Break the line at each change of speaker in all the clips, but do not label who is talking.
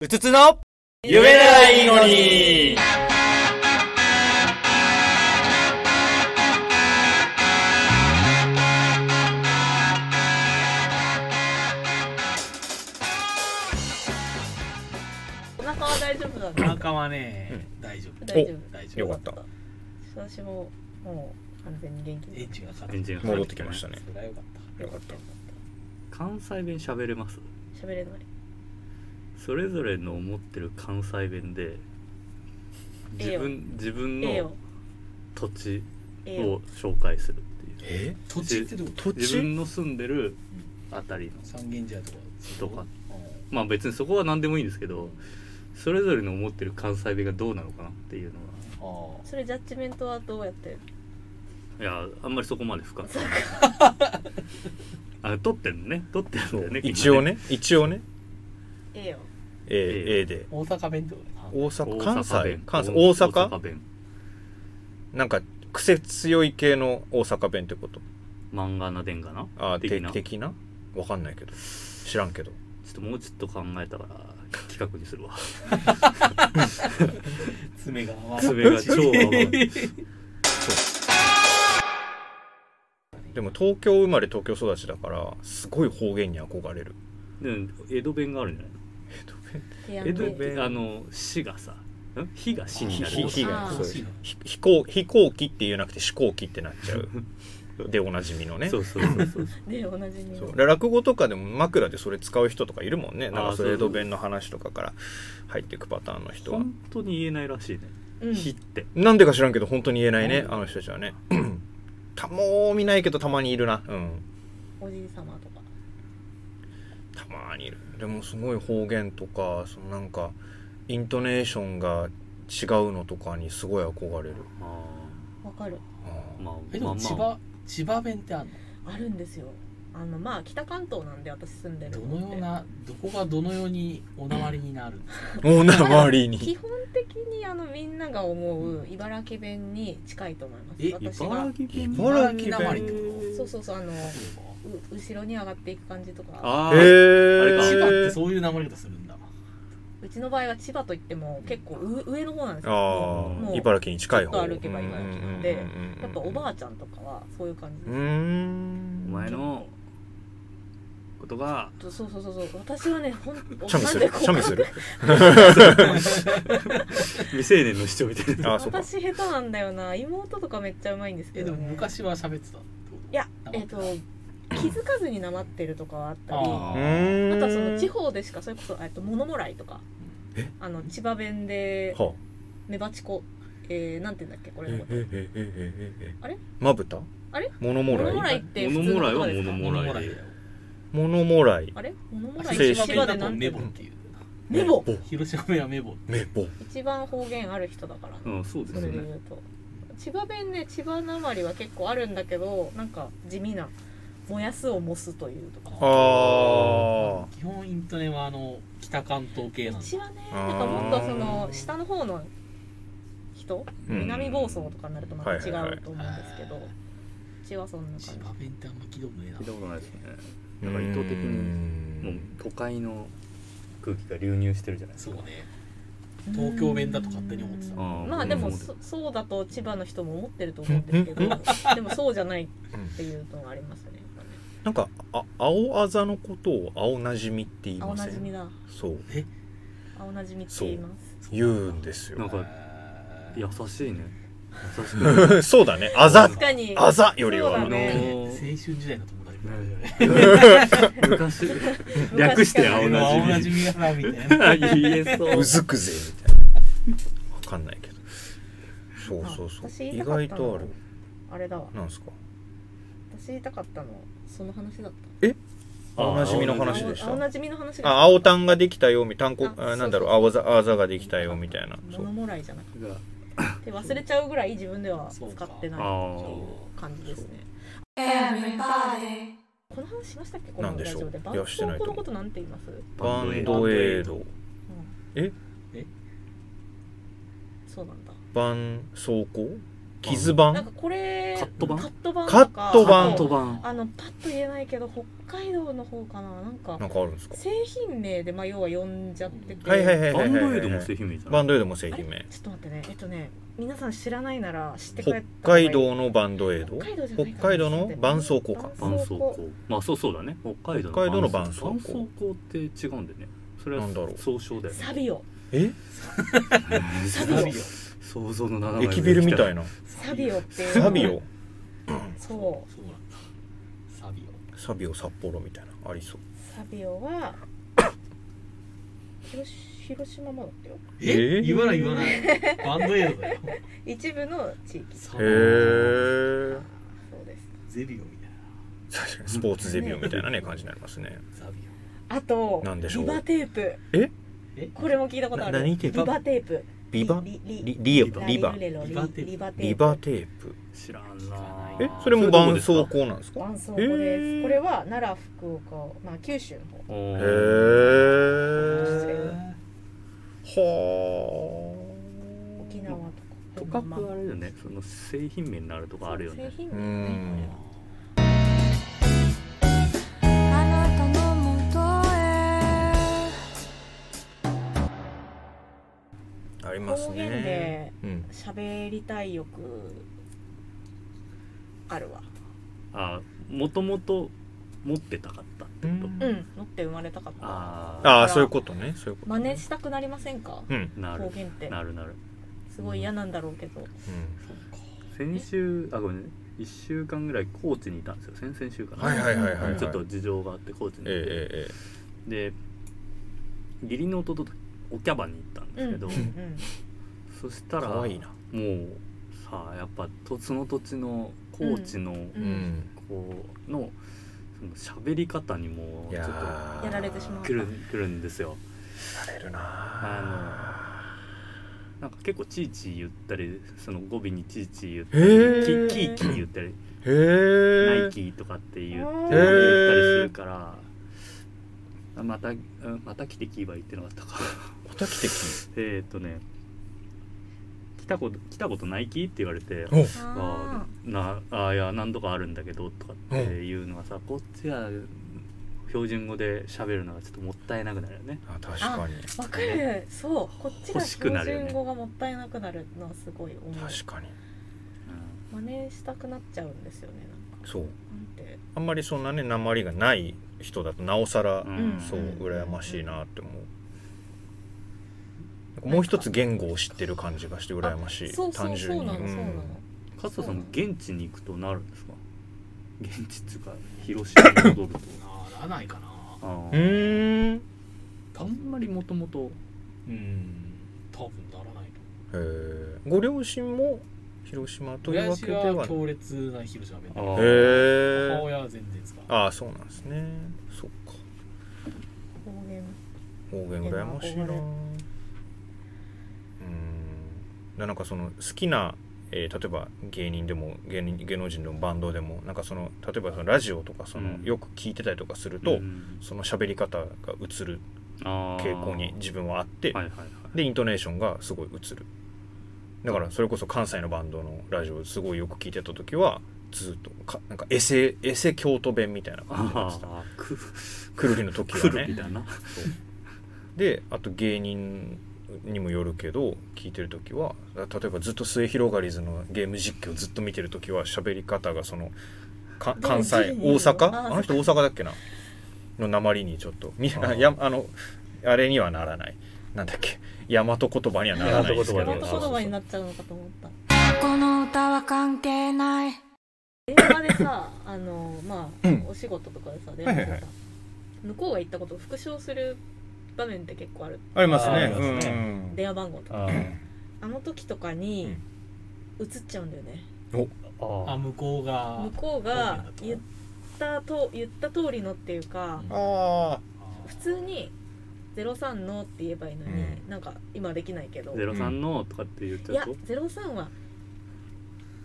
うつつの
夢ならいいのに
お腹は大丈夫だっ
お
た。
腹はね、大丈夫
大丈夫。
大丈夫
よかった。
私ももう完全に元気
エ
で
ンジンがかか
エンジンが戻ってきましたね
それはよかっ
よかった
関西弁喋れます
喋れない。
それぞれの思ってる関西弁
え
で
え
自
よ
分自分
ええよ
の。土地
ええ
を
よ。
紹介するってい
え
う
た土地ってどこ
土
自
地
分の住んでるあたりの
三軒茶屋とか
とかまあ別にそこは何でもいいんですけどそれぞれの思ってる関西弁がどうなのかなっていうのは
ああ
それジャッジメントはどうやってる
いやあんまりそこまで 深くあ撮ってんのね撮ってるんだよね今
一応ね一応ね
ええよ。
A, A で
大阪弁ってことか
大
大
阪関
阪
西
弁
関西大
大
阪
弁
なんか癖強い系の大阪弁ってこと
漫画な伝かな
あーて
的な
的なわかんないけど知らんけど
ちょっともうちょっと考えたから企画にす るわ
な爪が合わない
爪が超合わない
でも東京生まれ東京育ちだからすごい方言に憧れる
でも江戸弁があるんじゃない
提案
の
で。
江戸
え
弁あの「市がさん「火が「市になる
ひひ
あ
が
ー
そう
ひ
ひ飛行飛行機って言わなくて飛行機ってなっちゃうでおなじみの ね
そうそうそうそう
で同じに。
そう落語とかでも枕でそれ使う人とかいるもんねなん
あ
か
ー
それ江
そうそ
戸
う
弁の話とかから入っていくパターンの人は
本当に言えないらしいね
う
「
ん。
火」って
なんでか知らんけど本当に言えないね
うん
あの人たちはね たもー見ないけどたまにいるなうん
おじい様とか。
たまーにいるでもすごい方言とかそのなんかイントネーションが違うのとかにすごい憧れる
あ
わかる。
ー
あ
まあ
えでも
まあ
千
まあ
葉千葉弁ってある
あるんですよ。あのまあ北関東なんで私住んで
の
る
ど
の
の
で。
ようなどこがどのようにおなまりになるんですか
ーおな周り
基
に
本的にあのみんなが思う茨城弁に近いと思います。
え
私
茨
が。
城県
茨城弁
なまりってこ
そうそうそうあのう後ろに上がっていく感じとか。
あ
へ
あ
と千葉って
え
そういうなまり方するんだ
うちの場合は千葉といっても結構う上の方なんですよ。
あ
も
あ
う
茨城に近い
ちょ
方
っと歩けば茨城なんでやっぱおばあちゃんとかはそういう感じ
うー
です、
ん
お前のことが
そうそうそうそう私はねほん
チャミす
な
る
んでこう
チャミす る
未成年の主張みたい な
あそうか
私下手なんだよな妹とかめっちゃうまいんですけ
えで
ど、
も
ね、
昔は喋ってたってこと
いや
なか
え
っ
ったと気づかずになまってるとかはあったり
あ
あ
うーん
とはその地方でしかそれこそえっと物もらいとかあの千葉弁で
はあ
メバチコえー、なんて言うんだっけこれの
え
こと
ええええええ
あれ
まぶた
あれ
モノモ
物
ラ
もら
イ
いって普通のことですか
物もらいは物もら
物もら
い
いだよ
モノモライ
あれ物もらい千
千葉
葉
弁
で
だ
な
と
ん
メ
て
ボっていう
メボ
広島弁はメボ
メボ
一番方言ある人だからね
うんそうで
そ
す
れ
よ
で言
ね
うと千葉弁ね千葉なまりは結構あるんだけどなんか地味な燃やすを燃すというとか
あ
基本イントネはあの北関東系なん
う
だ
ちはね
あ
な
ー
んかもっとその下の方の人
うん
南房総とかになるとまた違
はいはいはいう
と思うんですけど
はいう
ちはそんな
千
感
葉弁ってあんま聞いたことねえな
聞いたことないですね
ー
なんか意図的
う
に
ー
もうん都会の空気が流入してるじゃないです
そ
か
うね
じ
東京弁だと勝手に思ってた
う
あー
んまあでも
僕
そそうだと千葉の人も思ってると思うんですけどでもそうじゃないっていうのがありますねやっぱね
なんかあ青あざのことを青なじみって言い
青
ま
な
せ
じみ
ん
だ
そう
青なじみって言います
言うんです
なん
よ
か
いや
優しいね優しく
そうだねあざ
確かに
あざよりは
そう
あ
だ
の
ね
青春時代の友達みたいな
昔 略して青な
青なじ
じみ
みがなみたいな
言えそう
うずくぜみたいなわかんないけどそうそうそ
あ
う
私言い
意
たかっ
外
たの
とある
あれだわ
なんですか
私言いたかったのその話だっ
あー
青なじみの
た
話でし
青
た
なじみの話
あ
が
青タンができたよみたんこ
あ
あなんだろう
そ
青ざあざができたよみたいなそう
物もらいじゃなく
が
て忘れちゃうぐらい自分では使ってないっていう感じですねこの話しましたっけこの
なんでしょう
ラジオでバ
いやしてない
ン
と
ド
思
の
う
ことなんて言います、うん
バンドエイドえ
そうなんだ
バン走行傷
なん
版
かこれ
カット版
カット版と
カ
か
ット版
あ
関
と
東版
あのパッと言えないけど北海道の方かななんか
なんかあるんですか
製品名でまあ要は呼んじゃってて、
はいはい
ちょ
はいは
バ
い
ン
はい
ドエイド
は
も
い
製品名じゃ
バ
な
ン
い
ドエイドも製品名
っと待ってねえっとね皆さん知らないなら知ってく
北
れた方がいい
海道のバンドエイド
北海道じゃないかな
北海道の絆創膏か
絆創
膏
膏まあそうそうだね北海道
北海道の
絆創
絆創膏
膏絆創膏って違うんだよねそれは
なんだろう
総称だよね
サビオ
え
サビオ
想像の7
駅ビルみたいな
サビオっていうの
サビオ
そう
そうなんだサビオ
サビオ札幌みたいなありそう
サビオは広広島もだったよ
え
え言わない 言わないバンドエイドだよ
一部の地域
サ
へ
ビオ
え
そうです
ゼビオみたい
確かにスポーツデビューみたいなね感じになりますね
なサビオ
あと
なんでしょう
リバテープ
え
これも聞いたことあ
な
る
何テ
リ
ープ
バテープ
ビバ
リ
リリエ
リバ
リバ
リ
リ
リ
バテープ
リバテープ
リバテープ
知らんな
えそれも
ど
絆
こですか
創膏なんですか
絆創
へ
膏です
ー
これは奈良福岡まあ九州の方
お
へ
ー
え
へ
はあ
沖縄と
と
か
かくあれだよねその製品名になるとかあるよね
製品
う
名
ん
あなたのもとへ
あります
方言
ね
で
うん
喋りたい欲あるわ
あもともと持ってたかったってこ
うん持って生まれたかっ
と
た
ああ
ああそういうことねそういうこと
真似したくなりませんか
うん
な
方
る
言って
なるなる
すごい嫌なんだろうけど
先週あごめんね1週間ぐらい高知にいたんですよ先々週かな、
はいはいはいはいはい
ちょっと事情があって高知にい
ええ
て、
えええ
で義理の弟とおキャバに行ったんですけど、
うんうん
そした
え
ら
かわいいな
もうさあやっぱとその土地の高知の
うん
こうのその喋り方にも
い
ちょ
や
っと
ー
やられてしまう
くるくるんですよ
やられるな
あなんか結構ちいちい言ったりその語尾にちいちい言った
へー
りキキーキー言ったり
へえ
ナイキーとかって言っ
あー
て言ったりするから、またうんまた来てキーバ言ってなかったか
また来てき
えーっとね来たこと来たことないキーって言われて
お
あーなあーいや何度かあるんだけどとかっていうのがさこっちは標準語で喋るのがちょっともったいなくなるよね
あ確かに
わかるそうこっちが
欲しくな
標
るよね
準語がもったいなくなるのはすごい思う
確かに
真似したくなっちゃうんですよねなんか
そう
なんて
あんまりそんなね鉛がない人だとなおさら
うん
うん
そう羨ましいなって思うなんかもう一つ言語を知ってる感じがして羨ましい
そうそ
単
うそう
純に
なのそうな
うん
の
勝田さん現地に行くとなるんですか現地っていうか広島に戻ると
ならないかな
あー
うーんへ
あんまりもともと
うん多分ならないと
えご両親も広島という
親
わけ
父
ではな
はい強烈な広島弁で
あー
へ
母
え
親は全然使う
ああそうなんですねそっか
方言
方言羨ましいな
で
うー
も憧れ
んでなんかその好きな、えー例えば芸人でも芸人芸能人でもバンドでもなんかその例えばそのラジオとかその、
うん
よく聞いてたりとかすると、
うん
その喋り方が映る
あー
傾向に自分はあって、
はいはいはい
でイントネーションがすごい映るだからそれこそ関西のバンドのラジオすごいよく聞いてた時はずっとかなんかエセエセ京都弁みたいな感じでやってた
ああ く
くるりの時は
くる
ね
りだな
であと芸人にもよるけど聞いてる時は例えばずっと末広がりずのゲーム実況ずっと見てる時は喋り方がそのか関西
で
大阪
あ
あの人大阪だっけなの鉛にちょっとみ あやあのあれにはならないなんだっけ大和言葉にはならないですけ
大
ど
和
大和
言
言葉になっちゃうのかと思った
この歌は関係ない
電話でさあのまあ、
うん
お仕事とかでさ電話でさ、
はいはいは
向こうが言ったことを復唱する場面って結構ある
あります
あ
ね
ります
うん
電話番号とか
あー
あの時とかに映っちゃうんだよね、
あ
あ
向こうが
向こうが言ったと言った通りのっていうか
うん
あ
普通に「03の」って言えばいいのに、
う
なんか今できないけど
ゼロ三のとかって言っ
い
ちゃ
や
うと
03は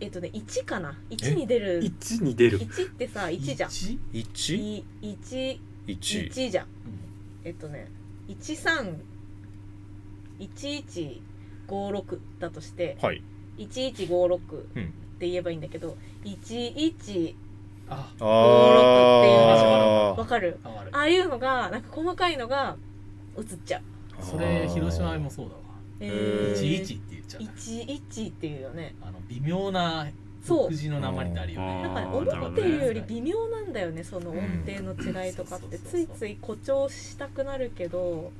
えっとね1かな1に出る
一に出る
1ってさ1じゃん
一
あ1
1一
1
1じゃん
うん
えっとね131156だとして
はい
1156っ
うん
て言えばいいんだけど1156
あ
あ
わ
ー
かる
あある
ああいうのがなんか細かいのが映っちゃう
それ広島もそうだわ
へー
11って言っちゃう
11っていうよね
あの微妙な
そう
独自の名前ってあるよね
なんかね
あーなる
思
ほど
っ
ね
てるより微妙なんだよねその音程の違いとかっ
うん
てついつい誇張したくなるけど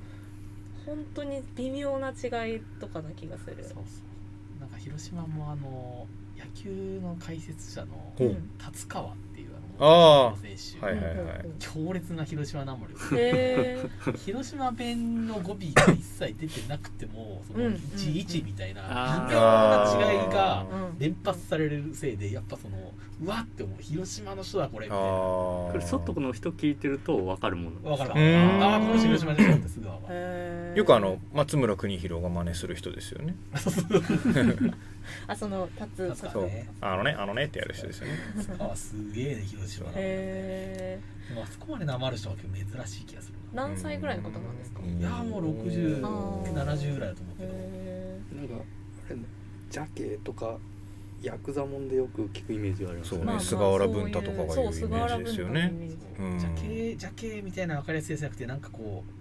本当に微妙な違いとかな気がする
そうそうなんか広島もあの野球の解説者の
ほう
うん
達川っていうあ
あ
の選手、
はいはいはい
うんうん
強烈な広島なもんです
へー
広島弁の語尾が一切出てなくてもそ
うんう
の
ん
11みたいな
あ
微妙
ー
な違いが
うん
連発されるせいでやっぱそのうわって思う広島の人だこれみたいな
あ
これ外の人聞いてると分かるもの
わからん
うーん
ああこの人広島じゃなってすぐは分かる
へー
よくあの松村邦弘が真似する人ですよね
あその立つ
そ
達川
う
ね
あのねあのねってやる人ですよね
あすげえね広島なの
へ
でもあそこまでなまる人は結構珍しい気がする
ー何歳ぐらいの方なんですか
う
へ
ん
ないやもう6070ぐらいだと思うけど
え
なんかあれジャケとかヤクザもんでよく聞く
イメージがあります
そうね菅原文太とかが
そう
いうイメージですよ
菅原
ね
文太のイメージ
うん
ジャケジャケみたいな分かりやすいやつじゃなくてなんかこう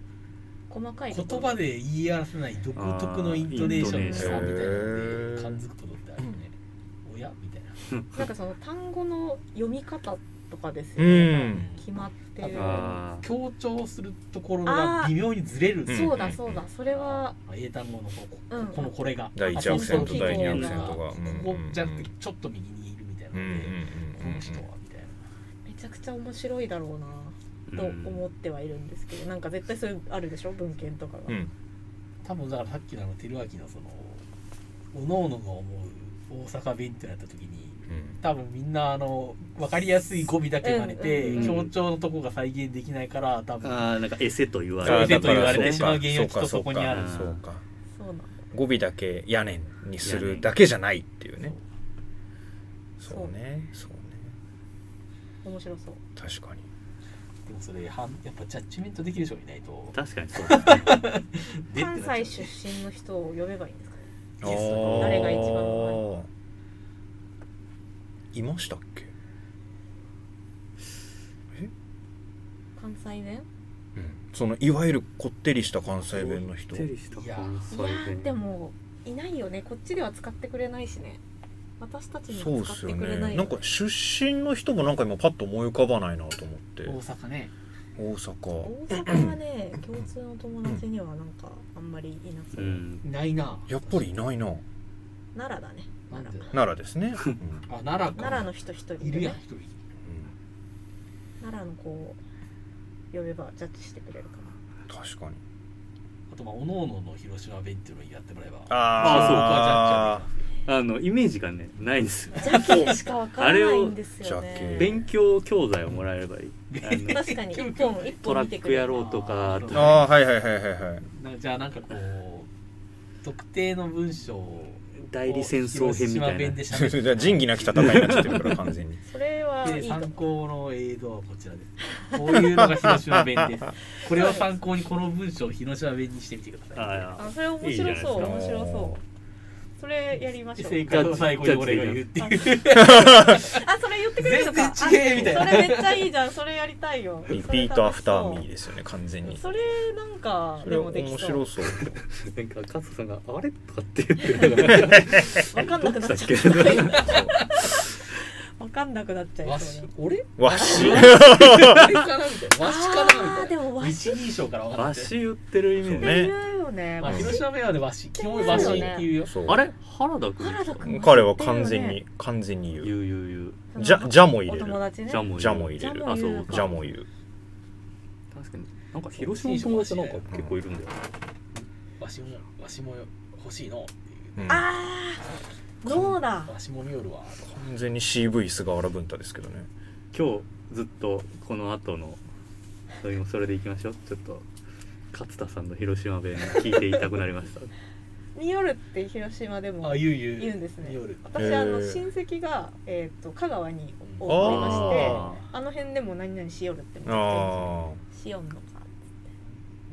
細かいとこ
言葉で言い表せない独特のイントネーションの差みたいなので感づくことってあるよね親みたいな
なんかその単語の読み方とかです
う
よね、
ん
決まってる
あー
強調するところが微妙にずれる
ー
そう
う
だ
ん
そうだそれは
まあ英単語のこうこ
うん
このこれが
第一アクセント
ここ
第二アクセントが
こ
う
こ
ん
じゃなくてちょっと右にいるみたいな
うんうん
ので
う
こ
んうん
の人はみたいな
めちゃくちゃ面白いだろうなと
うん
思ってはいるんですけど、なんか絶対そういうあるでしょ文献とかが、
うん
多分だからさっきのあの照明のそのおのおのが思う大阪弁ってなった時に
うん
多分みんなあの分かりやすい語尾だけ真似て、
うんうん
うん
強調のとこが再現できないから多分
あーなんかエセと言わ
そう
れ
エセ
る
と言われて
あーだ
し
か
まう
ら
原因はきっとそこにあ
そ
る
うかそうか
そうなんだ
語尾だけ屋根にするだけじゃないっていうね
そ
そううねそうね
面白そう
確かに
でもそれはんやっぱジャッジメントできる人がいないと
確かにそうですね
でってなっ
関
ちゃう
西出身の人を呼べばいいんですかね
あー
誰が一番う
いましたっけ
関西弁
そのいわゆるこってりした関西弁の人
こってりした関西
いや
弁
ーでもいないよねこっちでは使ってくれないしね私たちに
そう
は
っ
使
す
って
よ
くれな
ね
い
なんか出身の人もなんか今パッと思い浮かばないなと思って
大阪ね
大阪
大阪はね共通の友達にはなんかあんまりいなそうう、
ん
いないな
やっぱりいないな
奈良だね
なん
奈
で
良
奈良ですね、うん
あ奈良か
奈良の人一人
い
で
るやん
ね
一人
うん
奈良の子を呼べばジャッジしてくれるか
確かに
あとまあおのおのの広島弁っていうのをやってもらえば
あー
まあそうか
あのイメージがねないんですよ
なジャッジしかわからないんですよ
あれを
ね
ジャッ
勉強教材をもらえればいい
ジャッジ
あの
確かに一本一
ト
本
ラ
見て
ッ
く
ク
れ
野
る
郎とかあと
ああはいはいはいはいはい
なじゃあなんかこう特定の文章を
代理戦争編みた
広島弁
い
で
な
そ
喋
れ
っ
そ
て
れじゃあ仁義なき戦いになっちゃってるから完全に
それはい
で
いか
参考の映像はこちらです。こういうのが広島弁です。これを参考にこの文章を広島弁にしてみてくださ
あ
あそれ面白そう
いい
面
じゃないですか
白そうそれやりま
い。
しょう
正解の最後に俺が言うっていう。
あそれ言ってくれるのか
全然違えみたいな
あそれめっちゃいいじゃんそれやりたいよ
リピートアフターミーですよね完全に
それなんか
そ
で
れ
もでき
面
そ
白
う
そう
なんか加藤さんが「あれ?」とかって言ってるから
わかんなくなっちゃ
どっちだ
うわかんなくなっちゃい
わ
そ
し
うね、
俺、
わし
俺かなみたいな。わしかなみ
あ
た
ー
い
で
な。
もわし
一人称から分か
わ
って。
し言ってるイメ
っ
ージ、
てるよね
まあ、
うん
広島弁はでわし、基本わしっていうよ。
そう
あれ原田君
原田君
彼は完全に完全に言
言
う
う言う言う
じゃじゃも入
お
れる
友達ね
ジャム
じゃも入れ
ジャ
る
ム
あそう
か
じゃも言う
確かになんか広島の友達なんか結構いるんだよ
わしも、わしも欲しいの。
うん
あーそうだ
わしも見よるわ。
完全に CV 菅原文太ですけどね
今日ずっとこの後のそれもそれでいきましょうちょっと勝田さんの広島弁聞いていたくなりました
によるって広島でも
あ、ゆうゆう。
言うんですね
見よる。
私あの
へー
親戚が、えー、と香川にお
あ
おりまして
ー
あの辺でも何々しよるってめっちゃ言うんで
あ
すよしよんのか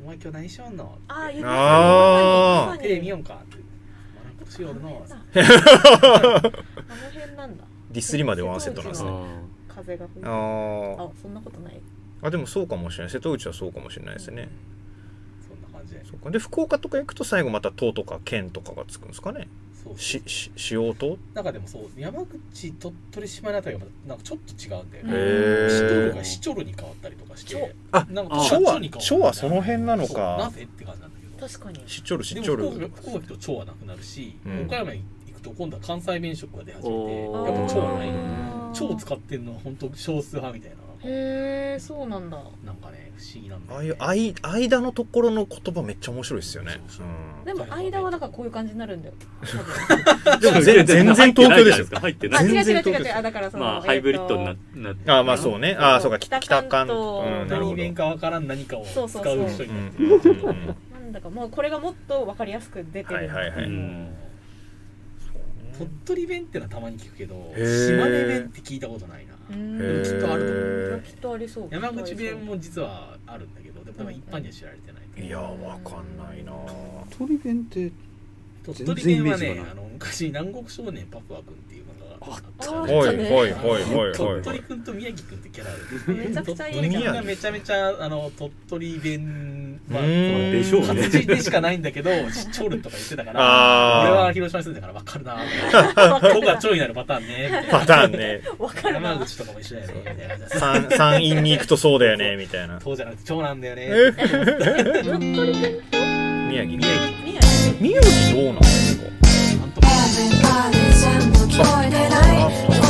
お前今日何しよんの
ああ言って
あー
た
テレビ見よんかって。ことしよるな
あの辺なんだ
ディスりまでワンセットなんですね
風が吹いて
あ
あ
ー
そんなことない
あでもそうかもしれない瀬戸内はそうかもしれないですね
そんな感じで
そうかで福岡とか行くと最後また島とか県とかがつくんですかね
そう
しし塩島
なんかでもそう山口鳥取島のあたりがまたなんかちょっと違うんだよ
へ
ね
ー
シトル
へ
が
え
シチョルに変わったりとかし
ちょ
て
あ
なん
あ
か
昭
蝶
和
に変わった
昭和その辺なの
そうな
か
ぜって感じなんだけど
確かに
しっちょるしっち
で
ょ
も福
る
岡福岡行くと蝶はなくなるし、
うん
岡山に行くと今度は関西弁色が出始めて
お
やっぱ蝶はない
あー
蝶を使ってるのは本当少数派みたいな
へえそうなんだ
なんかね不思議なんだ
あ
よ
あい
ね
うあい間のところの言葉めっちゃ面白いですよね、
そうそう
う
でも間はだからこういう感じになる んだよ
ん、でも全全然東京でしょ
入って
あ
ない
違う
じゃな
違う
いですか入っ
違
てない
う違うあだからその
まあハイブリッドにななって
あまあそうねああそうか
北
北
関東
関うん、なる
何
ほど、
弁かわからん何かを使
そううそう
人
そう
になってる
うんうんうんうん
なんだかもうこれがもっとわかりやすく出てる
はいはいはい
うん
鳥取弁ってのはたまに聞くけど
へー
島根弁って聞いたことないな
うん
へ
でもきっとあると思
ー
う
きっとありそう
山口弁も実はあるんだけどでも多分一般には知られてない、
いやわかんないな
鳥弁って
鳥取
全
弁は
然イメージ
ね
がない
あの昔南国少年パプア君っていうのがあった
あ
ん
っ
だ
た
け
ね
ど
おいおいおいおいおい
鳥取君と宮城君ってキャラある
めちゃくちゃいい
鳥取君
宮
が
城
めちゃめちゃあの鳥取弁まあ
うーん
でしょうね
活字でしかないんだけど視聴率とか言ってたから
あー
俺は広島に住んでたから分かる な
かる
とがちょいになるパターンね
パターンね
わかる
山
な
口とかも一緒だよねみたいな
山山陰に行くとそうだよねみたいな
そうじゃなくて長なんだよね
え
鳥取弁
宮城
宮城
宮城
宮城どうなんですか
なんとか
あれ全部聞こえてない
あ